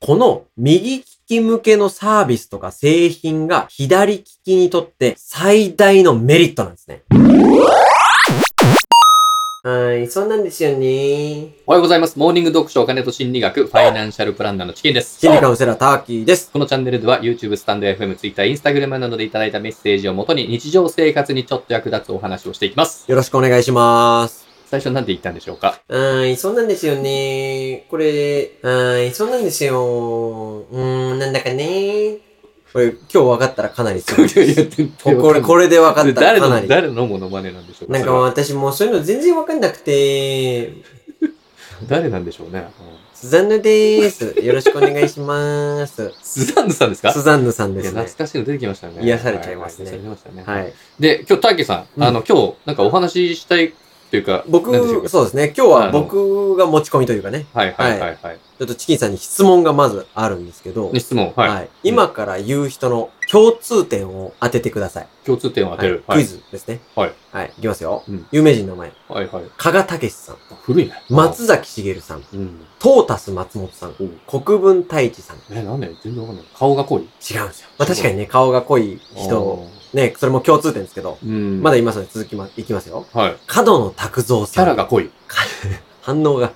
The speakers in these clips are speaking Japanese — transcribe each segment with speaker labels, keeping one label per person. Speaker 1: この右利き向けのサービスとか製品が左利きにとって最大のメリットなんですね。はい、そうなんですよね。
Speaker 2: おはようございます。モーニング読書お金と心理学、ファイナンシャルプランナーのチキンです
Speaker 1: 心。理カウンセラーターキーです。
Speaker 2: このチャンネルでは YouTube、スタンド FM、Twitter、Instagram などでいただいたメッセージをもとに日常生活にちょっと役立つお話をしていきます。
Speaker 1: よろしくお願いします。
Speaker 2: 最初なんて言ったんでしょうか
Speaker 1: はい、そうなんですよね。これ、はい、そうなんですよ。うーん、なんだかね。これ、今日分かったらかなりす ごい。 ここれ、これで分かったら
Speaker 2: 誰
Speaker 1: かな
Speaker 2: の、
Speaker 1: り。
Speaker 2: 誰のモノマネなんでしょうか
Speaker 1: なんか私もうそういうの全然わかんなくて、
Speaker 2: それは誰なんでしょうね。うん
Speaker 1: スザンヌでーす。よろしくお願いします。
Speaker 2: スザンヌさんですか
Speaker 1: スザンヌさんで
Speaker 2: いや、
Speaker 1: す
Speaker 2: 懐
Speaker 1: ね。
Speaker 2: かしいの出てきましたね。
Speaker 1: 癒されちゃいますね
Speaker 2: はは癒されてましたね。
Speaker 1: はい。
Speaker 2: で、今日、ターキーさ
Speaker 1: うん
Speaker 2: ん、あの、今日、なんかお話ししたいというか、なんでしょう
Speaker 1: 僕、
Speaker 2: か
Speaker 1: そうですね。今日
Speaker 2: あ
Speaker 1: は
Speaker 2: の
Speaker 1: 僕が持ち込みというかね、
Speaker 2: はいはいはいはい。
Speaker 1: ちょっとチキンさんに質問がまずあるんですけど、
Speaker 2: 質問、はい。
Speaker 1: はい今から言う人の共通点を当ててください。
Speaker 2: 共通点を当てる。
Speaker 1: はいクイ。ズですね。
Speaker 2: はい。
Speaker 1: はい。いきますよ
Speaker 2: うん。
Speaker 1: 有名人の名前。
Speaker 2: はいはい。
Speaker 1: 加賀武史さん。
Speaker 2: 古いね。
Speaker 1: 松崎しげるさん。
Speaker 2: うん。
Speaker 1: トータス松本さん。
Speaker 2: おう
Speaker 1: 国分太一さん。
Speaker 2: え、なんで全然わかんない。顔が濃い。
Speaker 1: 違うんですよ。まあ確かにね、顔が濃い人ね、それも共通点ですけど、
Speaker 2: あー。うん。
Speaker 1: まだ言いますので続きま、いきますよ。
Speaker 2: はい。
Speaker 1: 角野拓造
Speaker 2: キャ
Speaker 1: さ
Speaker 2: ラ
Speaker 1: ん。
Speaker 2: が濃い。
Speaker 1: 反応が。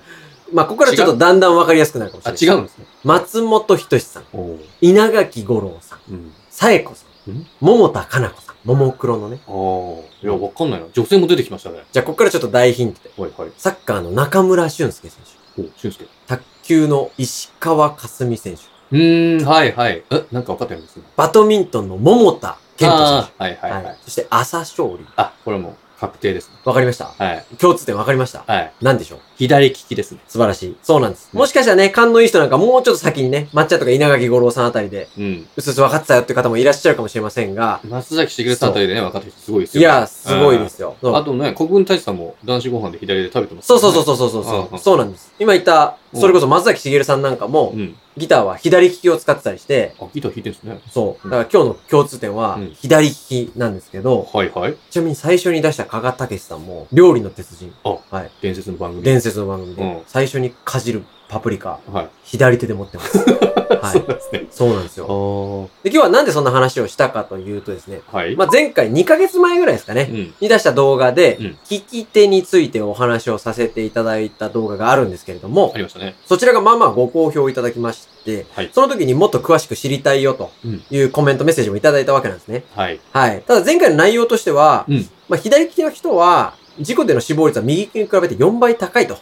Speaker 1: まあ、ここからちょっとだんだんわかりやすくなるかもし
Speaker 2: あ、
Speaker 1: れない。
Speaker 2: 違うんですね。
Speaker 1: 松本人志さん。
Speaker 2: おう。
Speaker 1: 稲垣吾郎さん。
Speaker 2: うん。
Speaker 1: 佐恵子さん
Speaker 2: ん。
Speaker 1: 桃田かな子さん。ももクロのね。
Speaker 2: ああ。いや、わかんないな。女性も出てきましたね。
Speaker 1: じゃあ、ここからちょっと大ヒントで。
Speaker 2: はいはい。
Speaker 1: サッカーの中村俊介選手。
Speaker 2: おう、俊介。
Speaker 1: 卓球の石川佳純選手。
Speaker 2: うーん、はいはい。え、なんか分かったようですね。
Speaker 1: バドミントンの桃田健人選
Speaker 2: あーはいはい
Speaker 1: 手。
Speaker 2: は
Speaker 1: はい
Speaker 2: い。。
Speaker 1: そして、朝勝利。
Speaker 2: あ、これもう確定ですね。
Speaker 1: わかりました
Speaker 2: はい。
Speaker 1: 共通点わかりました
Speaker 2: はい。
Speaker 1: 何でしょう
Speaker 2: 左利きですね。
Speaker 1: 素晴らしい。そうなんです。もしかしたらね、勘のいい人なんかもうちょっと先にね、抹茶とか稲垣吾郎さんあたりで、
Speaker 2: うん。
Speaker 1: うすうす分かってたよっていう方もいらっしゃるかもしれませんが、
Speaker 2: 松崎しげるさんあたりでね、分かった人すごいです
Speaker 1: い
Speaker 2: よね。
Speaker 1: や、すごいですよ。
Speaker 2: うん。
Speaker 1: そ
Speaker 2: あ
Speaker 1: う
Speaker 2: とね、国分太一さんも男子ご飯で左で食べてます。
Speaker 1: そうそうそうそうそうそうう。
Speaker 2: ん
Speaker 1: そうなんです。今言った、
Speaker 2: うん
Speaker 1: それこそ松崎しげるさんなんかも、
Speaker 2: うん。
Speaker 1: ギターは左利きを使ってたりして、
Speaker 2: あ、ギター弾いてるんですね。
Speaker 1: そうう。
Speaker 2: ん
Speaker 1: だから今日の共通点は
Speaker 2: うん、
Speaker 1: 左利きなんですけど、
Speaker 2: はいはい。
Speaker 1: ちなみに最初に出した加賀武さんも、料理の鉄人。
Speaker 2: あ
Speaker 1: はい。
Speaker 2: 伝説の番組。
Speaker 1: 伝説の番組
Speaker 2: う
Speaker 1: で
Speaker 2: ん、
Speaker 1: 最初にかじるパプリカ、
Speaker 2: はい。
Speaker 1: 左手で持って ます。は
Speaker 2: そう
Speaker 1: い。
Speaker 2: ですね。
Speaker 1: そうなんです
Speaker 2: あ
Speaker 1: よ。
Speaker 2: あ。は
Speaker 1: で、今日はなんでそんな話をしたかというとですね、
Speaker 2: い。
Speaker 1: まあ、前回2ヶ月前ぐらいですかね、
Speaker 2: うん。
Speaker 1: に出した動画で、
Speaker 2: うん
Speaker 1: 聞き手についてお話をさせていただいた動画があるんですけれども
Speaker 2: あ、りましたね。
Speaker 1: そちらがまあまあご好評いただきまして、
Speaker 2: はい
Speaker 1: その時にもっと詳しく知りたいよと
Speaker 2: うん
Speaker 1: いうコメントメッセージもいただいたわけなんですね。
Speaker 2: はい。
Speaker 1: はい。ただ前回の内容としては、
Speaker 2: うん
Speaker 1: まあ、左利きの人は、事故での死亡率は右利きに比べて4倍高い と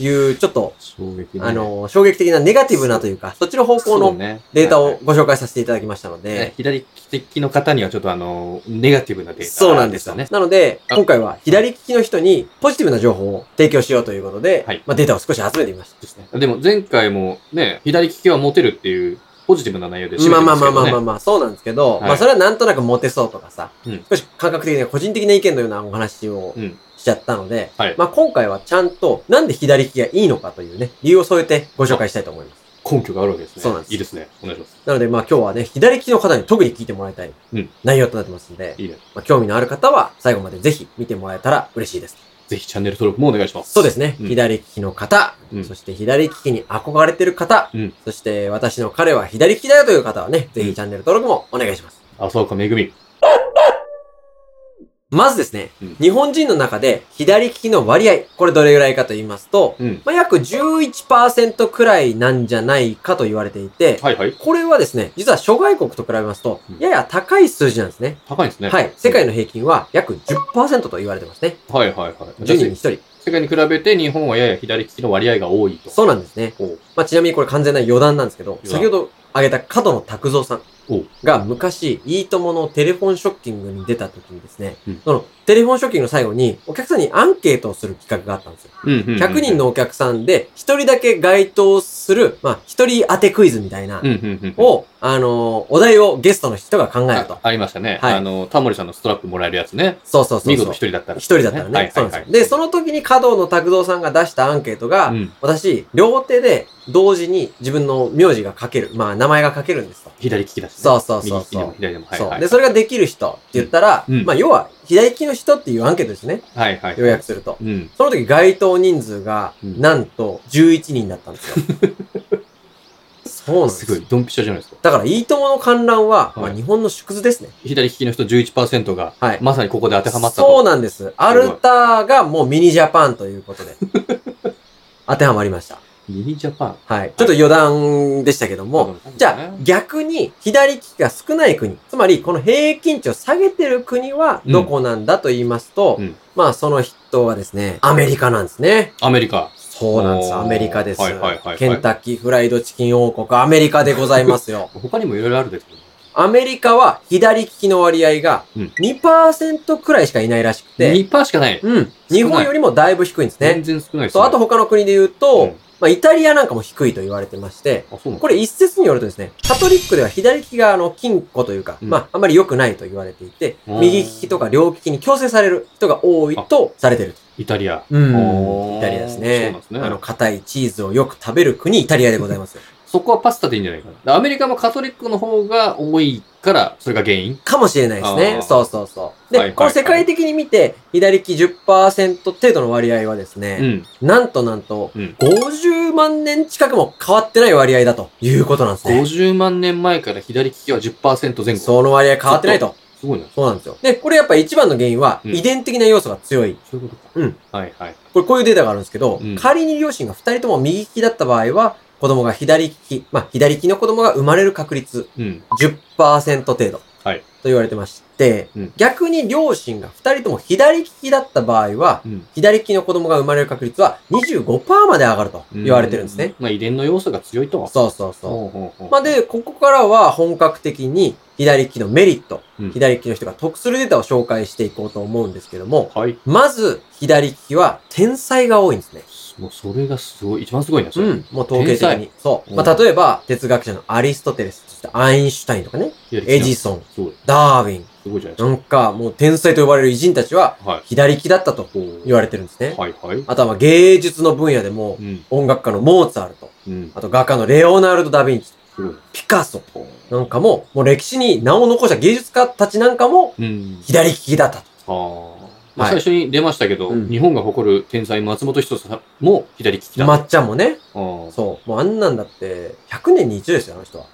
Speaker 1: いう、ちょっと、
Speaker 2: 衝撃
Speaker 1: あ、の、衝撃的なネガティブなというか、そっちの方向
Speaker 2: そう
Speaker 1: の
Speaker 2: ね
Speaker 1: データ
Speaker 2: はい
Speaker 1: を
Speaker 2: はい
Speaker 1: ご紹介させていただきましたので、
Speaker 2: ね左利きの方にはちょっとあの、ネガティブなデータ
Speaker 1: そうなんですよ。
Speaker 2: ね。
Speaker 1: なので、
Speaker 2: あ
Speaker 1: 今回は左利きの人にポジティブな情報を提供しようということで、
Speaker 2: はい
Speaker 1: まあ、データを少し集めてみまし
Speaker 2: ですねでも前回もね、左利きはモテるっていうポジティブな内容で
Speaker 1: た。まあまあまあまあまあまあ、そうなんですけど、
Speaker 2: はい
Speaker 1: まあそれはなんとなくモテそうとかさ、
Speaker 2: うん
Speaker 1: 少し感覚的な個人的な意見のようなお話を
Speaker 2: うん
Speaker 1: しちゃったので、
Speaker 2: はい
Speaker 1: まあ今回はちゃんとなんで左利きがいいのかというね、理由を添えてご紹介したいと思います。
Speaker 2: 根拠があるわけですね。
Speaker 1: そうなんです
Speaker 2: いいですね。お願いします。
Speaker 1: なのでまあ今日はね、左利きの方に特に聞いてもらいたい
Speaker 2: うん
Speaker 1: 内容となってますので、
Speaker 2: いいね。
Speaker 1: まあ興味のある方は最後までぜひ見てもらえたら嬉しいです。
Speaker 2: ぜひチャンネル登録もお願いします。
Speaker 1: そうですね。
Speaker 2: うん
Speaker 1: 左利きの方、
Speaker 2: うん
Speaker 1: そして左利きに憧れてる方、
Speaker 2: うん
Speaker 1: そして私の彼は左利きだよという方はね、ぜ
Speaker 2: う
Speaker 1: ひ
Speaker 2: ん
Speaker 1: チャンネル登録もお願いします。
Speaker 2: 浅岡めぐみ。
Speaker 1: まずですね、
Speaker 2: うん
Speaker 1: 日本人の中で左利きの割合、これどれぐらいかと言いますと、
Speaker 2: うん。
Speaker 1: まあ、約11%くらいなんじゃないかと言われていて、
Speaker 2: はいはい。
Speaker 1: これはですね、実は諸外国と比べますと
Speaker 2: う、ん
Speaker 1: やや高い数字なんですね。
Speaker 2: 高いんですね。
Speaker 1: はい。世界の平均は約10%と言われてますね。
Speaker 2: はいはいはい。
Speaker 1: 10人に1人。
Speaker 2: 世界に比べて日本はやや左利きの割合が多いと。
Speaker 1: そうなんですね。
Speaker 2: おう
Speaker 1: まあ、ちなみにこれ完全な余談なんですけど、
Speaker 2: 余談
Speaker 1: 先ほど挙げた角野拓造さん
Speaker 2: お
Speaker 1: が昔、いいとものテレフォンショッキングに出た時にですね、
Speaker 2: うん
Speaker 1: そのテレフォンショッキングの最後にお客さんにアンケートをする企画があったんですよ。
Speaker 2: うんうんうん
Speaker 1: 100人のお客さんで1人だけ該当する、まあ、1人当てクイズみたいな
Speaker 2: うん、うんうん。
Speaker 1: を、あのーお題をゲストの人が考えると
Speaker 2: あ。ありましたね。
Speaker 1: はい
Speaker 2: あの、タモリさんのストラップもらえるやつね。
Speaker 1: そうそうそう
Speaker 2: 見
Speaker 1: そ
Speaker 2: 事
Speaker 1: う
Speaker 2: 一。人だったら。
Speaker 1: 一人だったらね。
Speaker 2: はい
Speaker 1: そ
Speaker 2: は
Speaker 1: う
Speaker 2: い
Speaker 1: なん
Speaker 2: は
Speaker 1: で
Speaker 2: い。
Speaker 1: すよ。で、その時に角野拓造さんが出したアンケートが、
Speaker 2: うん
Speaker 1: 私、両手で同時に自分の名字が書ける。まあ、名前が書けるんですと。
Speaker 2: 左利きだしね。
Speaker 1: そうそう
Speaker 2: 右
Speaker 1: そ
Speaker 2: 利
Speaker 1: うそ
Speaker 2: きでも
Speaker 1: う。
Speaker 2: 左でも。はい
Speaker 1: そ
Speaker 2: は
Speaker 1: う。
Speaker 2: い。
Speaker 1: で、それができる人って言ったら、
Speaker 2: うんうん
Speaker 1: まあ、要は、左利きの人っていうアンケートですね。
Speaker 2: はいはい。
Speaker 1: 要約すると。
Speaker 2: うん。
Speaker 1: その時、該当人数が、
Speaker 2: うん
Speaker 1: なんと、11人だったんですよ。そうなんですす
Speaker 2: ごい、ドンピシャじゃないですか。
Speaker 1: だから、いいともの観覧は、ま
Speaker 2: は
Speaker 1: あ、
Speaker 2: い
Speaker 1: 日本の縮図ですね。
Speaker 2: 左利きの人11%が、
Speaker 1: はい
Speaker 2: まさにここで当てはまったと。
Speaker 1: そうなんです。アルターがもうミニジャパンということ で、当てはまりました。
Speaker 2: ミニジャパン。
Speaker 1: はい。ちょっと余談でしたけども、
Speaker 2: う
Speaker 1: じゃあ逆に左利きが少ない国、つまりこの平均値を下げてる国はどこなんだと言いますと、
Speaker 2: うんうん
Speaker 1: まあその人はですね、アメリカなんですね。
Speaker 2: アメリカ。
Speaker 1: そうなんです。
Speaker 2: おー
Speaker 1: アメリカです、
Speaker 2: はいはいはいはい。
Speaker 1: ケンタッキーフライドチキン王国、アメリカでございますよ
Speaker 2: 他にもいろいろあるですけど、
Speaker 1: アメリカは左利きの割合が
Speaker 2: うん
Speaker 1: 2%くらいしかいないらしくて、
Speaker 2: 2%しかない。
Speaker 1: うん。日本よりもだいぶ低いんですね
Speaker 2: 全。然少ないです、
Speaker 1: と、あと、他の国で言うと、
Speaker 2: うん
Speaker 1: まあイタリアなんかも低いと言われてまして、
Speaker 2: あ、そうなん
Speaker 1: これ一説によるとですね、カトリックでは左利きがあの禁錮というか、
Speaker 2: うん
Speaker 1: まああんまり良くないと言われていて、
Speaker 2: うん
Speaker 1: 右利きとか両利きに強制される人が多いとされてると。
Speaker 2: イタリア。
Speaker 1: うん
Speaker 2: おー
Speaker 1: イタリアです
Speaker 2: そう
Speaker 1: ね。
Speaker 2: なんですね
Speaker 1: あの、硬いチーズをよく食べる国、イタリアでございますよ。
Speaker 2: そこはパスタでいいんじゃないかな。だからアメリカもカトリックの方が重いから、それが原因。
Speaker 1: かもしれないです
Speaker 2: あー
Speaker 1: ね。そうそうそう。で、
Speaker 2: はいはいはい
Speaker 1: この世界的に見て、左利き10%程度の割合はです
Speaker 2: う
Speaker 1: ね、
Speaker 2: ん。
Speaker 1: なんとなんと、
Speaker 2: うん。
Speaker 1: 50万年近くも変わってない割合だということなんですね。
Speaker 2: 50万年前から左利きは10%前後。
Speaker 1: その割合変わってないと。
Speaker 2: すごいな。
Speaker 1: そうなんですよ。で、これやっぱ一番の原因は、
Speaker 2: うん
Speaker 1: 遺伝的な要素が強い。
Speaker 2: そういうことか。
Speaker 1: うん。
Speaker 2: はいはい。
Speaker 1: これこういうデータがあるんですけど、
Speaker 2: うん
Speaker 1: 仮に両親が二人とも右利きだった場合は、子供が左利き、まあ左利きの子供が生まれる確率
Speaker 2: うん。
Speaker 1: 10%程度。
Speaker 2: はい
Speaker 1: と言われてまして、
Speaker 2: うん
Speaker 1: 逆に両親が二人とも左利きだった場合は、
Speaker 2: うん。
Speaker 1: 左利きの子供が生まれる確率は25%まで上がると言われてるんですね。。
Speaker 2: まあ遺伝の要素が強いとは。
Speaker 1: そうそうそう。
Speaker 2: ほうほうほう
Speaker 1: まあ、で、ここからは本格的に左利きのメリット、
Speaker 2: うん
Speaker 1: 左利きの人が得するデータを紹介していこうと思うんですけども、
Speaker 2: はい。
Speaker 1: まず、左利きは天才が多いんですね。
Speaker 2: もうそれがすごい、一番すごいな、それ。
Speaker 1: うん。もう統計的
Speaker 2: 天
Speaker 1: に。そう。ま
Speaker 2: う
Speaker 1: あ、
Speaker 2: ん
Speaker 1: 例えば、哲学者のアリストテレス、そしてアインシュタインとかね、
Speaker 2: 左利きな
Speaker 1: エジソン、
Speaker 2: そう、
Speaker 1: ダーウィン、
Speaker 2: すごいじゃないで
Speaker 1: なんか、もう天才と呼ばれる偉人たちは、
Speaker 2: すか。はい。
Speaker 1: 左利きだったと
Speaker 2: こう
Speaker 1: 言われてるんですね。
Speaker 2: はいはい。
Speaker 1: あとは、まあ、芸術の分野でも
Speaker 2: う、ん。
Speaker 1: 音楽家のモーツァルト、
Speaker 2: うん。
Speaker 1: あと画家のレオナルド・ダ・ヴィンチ、
Speaker 2: すごい。
Speaker 1: ピカソ、なんかも、もう歴史に名を残した芸術家たちなんかも、
Speaker 2: うん。
Speaker 1: 左利きだったと。
Speaker 2: ああ。まあ、
Speaker 1: はい
Speaker 2: 最初に出ましたけど、
Speaker 1: うん
Speaker 2: 日本が誇る天才松本人志さんも左利きだ。
Speaker 1: まっちゃんもね、
Speaker 2: あーい
Speaker 1: そう。もうあんなんだって、100年に一度ですよ、あの人は。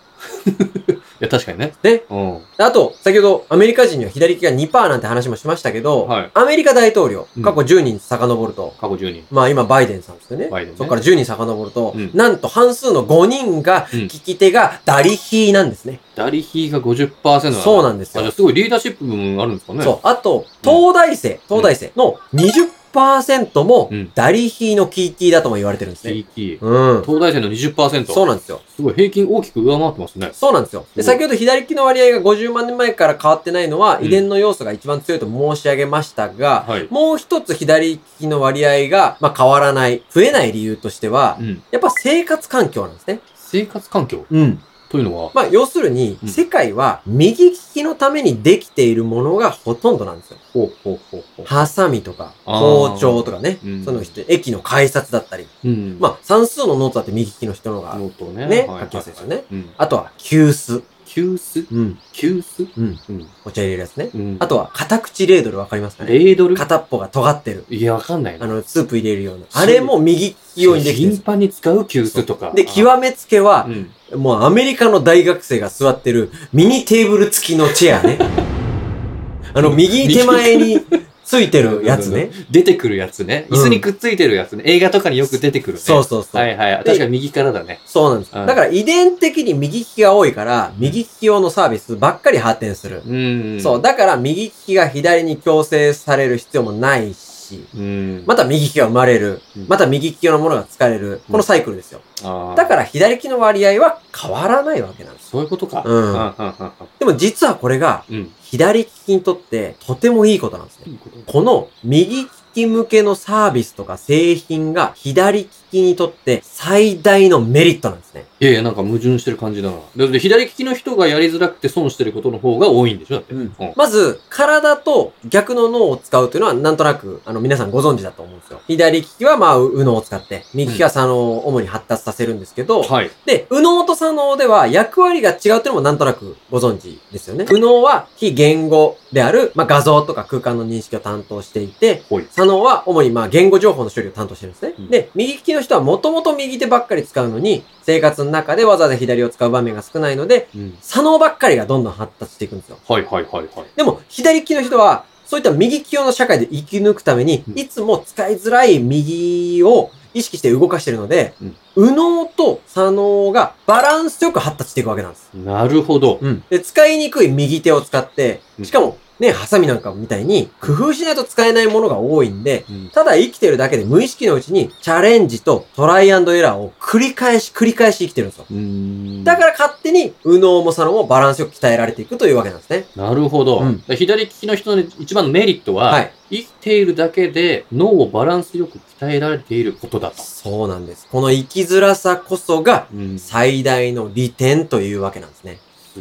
Speaker 2: や、確かにね。
Speaker 1: ね。
Speaker 2: うん。
Speaker 1: であと、先ほどアメリカ人には左利きが2%なんて話もしましたけど、
Speaker 2: はい
Speaker 1: アメリカ大統領
Speaker 2: うん、
Speaker 1: 過去10人遡ると、
Speaker 2: 過去10人。
Speaker 1: まあ今バイデンさんですよね。
Speaker 2: バイデンね
Speaker 1: そこから10人遡ると、
Speaker 2: うん
Speaker 1: なんと半数の5人が、
Speaker 2: うん
Speaker 1: 利き手がダリヒーなんですね。
Speaker 2: ダリヒーが50%の。
Speaker 1: そうなんです
Speaker 2: あ、じゃあ
Speaker 1: よ。
Speaker 2: すごいリーダーシップもあるんですかね。
Speaker 1: そう。あと、東大生、東大生の20%も
Speaker 2: うん
Speaker 1: ダリヒーのキーキーだとも言われてるんですね。
Speaker 2: CT。
Speaker 1: うん。
Speaker 2: 東大生の20%。
Speaker 1: そうなんですよ。
Speaker 2: すごい、平均大きく上回ってますね。
Speaker 1: そうなんですよ。
Speaker 2: う
Speaker 1: で、
Speaker 2: ん
Speaker 1: 先ほど左利きの割合が50万年前から変わってないのは、
Speaker 2: うん
Speaker 1: 遺伝の要素が一番強いと申し上げましたが、
Speaker 2: はい。
Speaker 1: もう一つ左利きの割合が、まあ、変わらない、増えない理由としては
Speaker 2: う、ん。
Speaker 1: やっぱ生活環境なんですね。
Speaker 2: 生活環境
Speaker 1: うん。
Speaker 2: というのは、
Speaker 1: まあ、要するに
Speaker 2: う、ん
Speaker 1: 世界は右利きのためにできているものがほとんどなんですよ。
Speaker 2: ほうほうほうほ
Speaker 1: ハサミとか、
Speaker 2: あー
Speaker 1: 包丁とかね
Speaker 2: うん。
Speaker 1: その人、駅の改札だったり。
Speaker 2: う。うん。
Speaker 1: まあ、算数のノートだって右利きの人の
Speaker 2: あ
Speaker 1: 方
Speaker 2: ノートをね。
Speaker 1: が、ね、
Speaker 2: はい
Speaker 1: 書きやすいですよ。ね。
Speaker 2: うん。
Speaker 1: あとは、急須。
Speaker 2: 急須
Speaker 1: うん。
Speaker 2: 急須
Speaker 1: うん。
Speaker 2: うん。
Speaker 1: お茶入れるやつね。
Speaker 2: うん。
Speaker 1: あとは、片口レードルわかりますかね
Speaker 2: レードル
Speaker 1: 片っぽが尖ってる。
Speaker 2: いや、わかんない
Speaker 1: あ
Speaker 2: な。
Speaker 1: の、スープ入れるような。あれも右利き用にできてるん
Speaker 2: 頻
Speaker 1: です
Speaker 2: 繁に使う急須とか。
Speaker 1: よ。で、
Speaker 2: は
Speaker 1: 極めつけは
Speaker 2: う、ん。
Speaker 1: もうアメリカの大学生が座ってるミニテーブル付きのチェア ね。あの、右手前についてるやつね。
Speaker 2: 出てくるやつね。椅
Speaker 1: うん
Speaker 2: 子にくっついてるやつね。映画とかによく出てくるね。
Speaker 1: そうそうそう。
Speaker 2: はいはい。
Speaker 1: で
Speaker 2: 確かに右からだね。
Speaker 1: そうなんです。
Speaker 2: うん
Speaker 1: だから遺伝的に右利きが多いから、右利き用のサービスばっかり発展する。
Speaker 2: うん。
Speaker 1: そう。。だから右利きが左に強制される必要もないし、
Speaker 2: うん。
Speaker 1: また右利きが生まれる
Speaker 2: うん。
Speaker 1: また右利き用のものが使える。このサイクルですよ。
Speaker 2: あー
Speaker 1: だから左利きの割合は変わらないわけなんです。
Speaker 2: そういうことか。
Speaker 1: うんでも実はこれが
Speaker 2: うん。うん。
Speaker 1: 左利きにとってとてもいいことなんですね。
Speaker 2: いいこと
Speaker 1: この右利き向けのサービスとか製品が左利きにとって最大のメリットなんですね。
Speaker 2: いやいや、なんか矛盾してる感じだな。だって左利きの人がやりづらくて損してることの方が多いんでしょだって。うん。
Speaker 1: まず、体と逆の脳を使うというのはなんとなく、あの皆さんご存知だと思うんですよ。左利きはまあ、右脳を使って、右利きは左脳を主に発達させるんですけど、
Speaker 2: はい。
Speaker 1: で、右脳と左脳では役割が違うっていうのもなんとなくご存知ですよね。右脳は非言語である、まあ、画像とか空間の認識を担当していて、
Speaker 2: ほい。
Speaker 1: 左脳は主にまあ言語情報の処理を担当してるんですね。
Speaker 2: うん
Speaker 1: で、右利きのの人はもともと右手ばっかり使うのに、生活の中でわざわざ左を使う場面が少ないので、
Speaker 2: うん。
Speaker 1: 左脳ばっかりがどんどん発達していくんですよ。
Speaker 2: はいはいはいはい。
Speaker 1: でも、左利きの人は、そういった右利き用の社会で生き抜くために
Speaker 2: う、ん
Speaker 1: いつも使いづらい右を意識して動かしてるので
Speaker 2: うん、
Speaker 1: 右脳と左脳がバランスよく発達していくわけなんです。
Speaker 2: なるほど。
Speaker 1: で、使いにくい右手を使って、
Speaker 2: うん
Speaker 1: しかも、ね、ハサミなんかみたいに、工夫しないと使えないものが多いんで、
Speaker 2: うん。
Speaker 1: ただ生きてるだけで無意識のうちに、チャレンジとトライアンドエラーを繰り返し繰り返し生きてるんですよ。
Speaker 2: うん
Speaker 1: だから勝手に、右脳も左脳もバランスよく鍛えられていくというわけなんですね。
Speaker 2: なるほど。
Speaker 1: うん
Speaker 2: だから左利きの人の一番のメリットは、
Speaker 1: はい。
Speaker 2: 生きているだけで脳をバランスよく鍛えられていることだと。
Speaker 1: そうなんです。この生きづらさこそが
Speaker 2: うん、す
Speaker 1: 最大の利点というわけなんですね。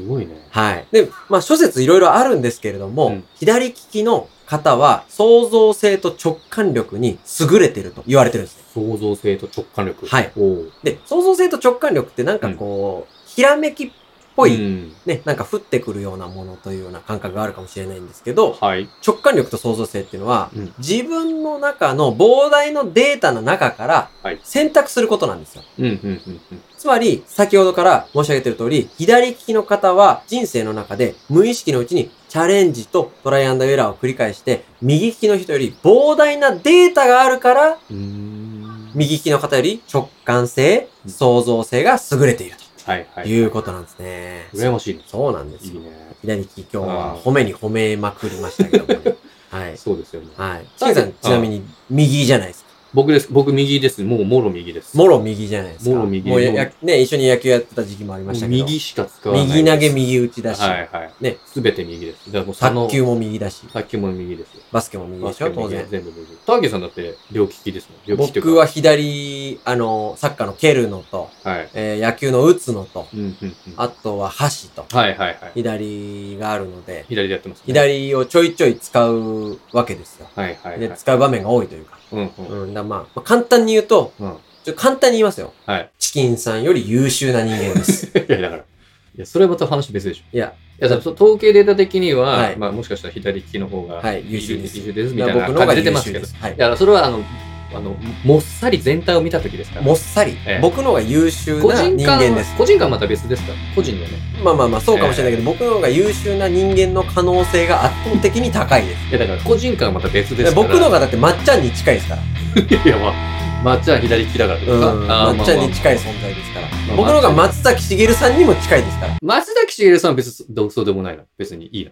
Speaker 2: ごいね。
Speaker 1: はい。で、まあ諸説いろいろあるんですけれども、
Speaker 2: うん
Speaker 1: 左利きの方は創造性と直感力に優れてると言われてるんですね。
Speaker 2: 創造性と直感力。
Speaker 1: はい
Speaker 2: おう。
Speaker 1: で、創造性と直感力ってなんかこう、ひらめきっぽ
Speaker 2: ぽ
Speaker 1: い、
Speaker 2: うん、
Speaker 1: ね、なんか降ってくるようなものというような感覚があるかもしれないんですけど、
Speaker 2: はい。
Speaker 1: 直感力と創造性っていうのは、
Speaker 2: うん
Speaker 1: 自分の中の膨大のデータの中から
Speaker 2: はい
Speaker 1: 選択することなんですよ。
Speaker 2: うん、うん、うん。うん
Speaker 1: つまり、先ほどから申し上げている通り、左利きの方は人生の中で無意識のうちにチャレンジとトライアンドエラーを繰り返して、右利きの人より膨大なデータがあるから、
Speaker 2: うーん。
Speaker 1: 右利きの方より直感性、
Speaker 2: うん
Speaker 1: 創造性が優れている
Speaker 2: はい、は
Speaker 1: と
Speaker 2: い。
Speaker 1: いうことなんですね。
Speaker 2: 羨ましいね。
Speaker 1: そうなんです
Speaker 2: いい
Speaker 1: よ。
Speaker 2: ね。
Speaker 1: 左利き今日
Speaker 2: あ
Speaker 1: は
Speaker 2: ー
Speaker 1: 褒めに褒めまくりましたけども ね。はい。
Speaker 2: そうですよね。
Speaker 1: はい。チキンさん、ちなみに右じゃないですか。
Speaker 2: 僕です。僕右です。もうもろ右です。
Speaker 1: もろ右じゃないですか。
Speaker 2: もろ右
Speaker 1: もうややね、一緒に野球やってた時期もありましたけど。
Speaker 2: 右しか使わない。
Speaker 1: 右投げ、右打ちだし。
Speaker 2: はいはい。
Speaker 1: ね。
Speaker 2: すべて右です。だからもうその
Speaker 1: 卓球も右だし、
Speaker 2: 卓球も右ですよ。
Speaker 1: バスケも右でしょ、当然。
Speaker 2: 全部右。ターゲさんだって両利きですもん。両利きというか。
Speaker 1: 僕は左、あの、サッカーの蹴るのと、
Speaker 2: はい。
Speaker 1: えー野球の打つのと、
Speaker 2: うんうんうん。
Speaker 1: あとは箸と、
Speaker 2: はいはいはい。
Speaker 1: 左があるので、
Speaker 2: 左でやってます、ね。。
Speaker 1: 左をちょいちょい使うわけですよ。
Speaker 2: はいはい、
Speaker 1: で、
Speaker 2: はい。
Speaker 1: 使う場面が多いというか。
Speaker 2: うんうん。
Speaker 1: うん、だからまあ、まあ簡単に言うと、
Speaker 2: うん。
Speaker 1: ちょ簡単に言いますよ。
Speaker 2: はい。
Speaker 1: チキンさんより優秀な人間です。
Speaker 2: いや、だから。いや、それはまた話別でしょ。
Speaker 1: いや、
Speaker 2: いや、だから統計データ的には、
Speaker 1: はい
Speaker 2: まあもしかしたら左利きの方が、
Speaker 1: はい、優秀です。
Speaker 2: 優秀ですみ
Speaker 1: だ
Speaker 2: た
Speaker 1: か
Speaker 2: い
Speaker 1: ら
Speaker 2: な
Speaker 1: 僕の方が
Speaker 2: 感じ出て
Speaker 1: 優
Speaker 2: ます
Speaker 1: 秀で
Speaker 2: けど。
Speaker 1: す。
Speaker 2: い
Speaker 1: はい。
Speaker 2: や、それはあの、あの、もっさり全体を見たときですから。
Speaker 1: もっさり、
Speaker 2: ええ
Speaker 1: 僕の方が優秀
Speaker 2: 個
Speaker 1: な
Speaker 2: 人
Speaker 1: 人
Speaker 2: 間
Speaker 1: 間です。
Speaker 2: 個人間はまた別ですから。個人のね。
Speaker 1: まあまあまあ、そうかもしれないけど、僕の方が優秀な人間の可能性が圧倒的に高いです。
Speaker 2: いや、だから個人間はまた別で
Speaker 1: です
Speaker 2: から。
Speaker 1: 僕の方がだってまっちゃんに近いですから。
Speaker 2: いや、まあ、まっちゃんは左利きだからですか。
Speaker 1: うん。
Speaker 2: あー
Speaker 1: まっちゃんに近い
Speaker 2: まあまあ
Speaker 1: 存在ですから。
Speaker 2: まあ
Speaker 1: 僕の方が松崎しげるさんにも近いですから。
Speaker 2: 松崎しげるさんは別にどうそうでもないな。別にいいな。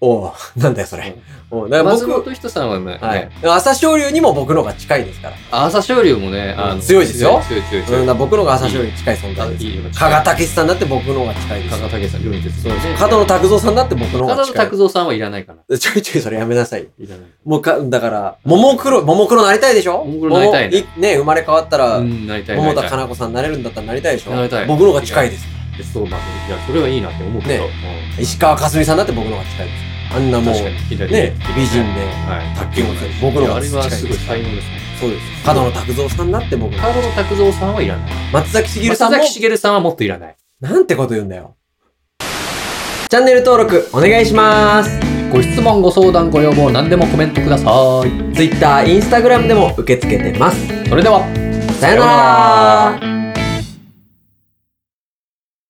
Speaker 1: おう、なんだよそれ。おうだから
Speaker 2: 松
Speaker 1: 僕、
Speaker 2: 本人志さんはね、
Speaker 1: はい。朝青龍にも僕の方が近いですから。
Speaker 2: 朝青龍もね、あの
Speaker 1: 強いですよ
Speaker 2: 強い強い
Speaker 1: うん、
Speaker 2: 強
Speaker 1: だ
Speaker 2: い。
Speaker 1: から僕の方が朝青龍に近い存
Speaker 2: あ
Speaker 1: 在
Speaker 2: い
Speaker 1: です。
Speaker 2: いよ
Speaker 1: 加賀武さんだって僕の方が近いです
Speaker 2: 加。賀武さん、両人です。そうですね
Speaker 1: 角野拓三さんだって僕の方
Speaker 2: 加
Speaker 1: が
Speaker 2: 賀
Speaker 1: 近い
Speaker 2: 拓。三さんはいらないかな。
Speaker 1: ちょいちょいそれやめなさいよ。
Speaker 2: いらない。
Speaker 1: もうか、だから、ももクロ、ももクロなりたいでしょ
Speaker 2: ももクロなりたいね
Speaker 1: ももね、生まれ変わったら、
Speaker 2: うん、なりたい。
Speaker 1: 桃田
Speaker 2: なり
Speaker 1: か
Speaker 2: たい
Speaker 1: な子さんなれるんだったらなりたいでしょ
Speaker 2: なりたい
Speaker 1: 僕の方が近いです。
Speaker 2: そう、まあ、いや、それはいいなって思うけど。
Speaker 1: ね
Speaker 2: うん
Speaker 1: 石川かすみさんだって僕の方が近いです。あんなもう、
Speaker 2: 確かに
Speaker 1: ね、
Speaker 2: 左利き
Speaker 1: 美人で、
Speaker 2: はい。
Speaker 1: 卓球も強い僕の方が
Speaker 2: あれはすごい
Speaker 1: 近い
Speaker 2: 才能ですね。
Speaker 1: そうです。角野拓三さんだって僕の
Speaker 2: 加賀拓三さんはいらない。
Speaker 1: 松崎しげる
Speaker 2: 松
Speaker 1: さんも
Speaker 2: 崎、しげるさんはもっといらない。
Speaker 1: なんてこと言うんだよ。チャンネル登録お願いします。
Speaker 2: ご質問、ご相談、ご要望、何でもコメントください。
Speaker 1: Twitter、Instagram でも受け付けてます。
Speaker 2: それでは。
Speaker 1: さよなら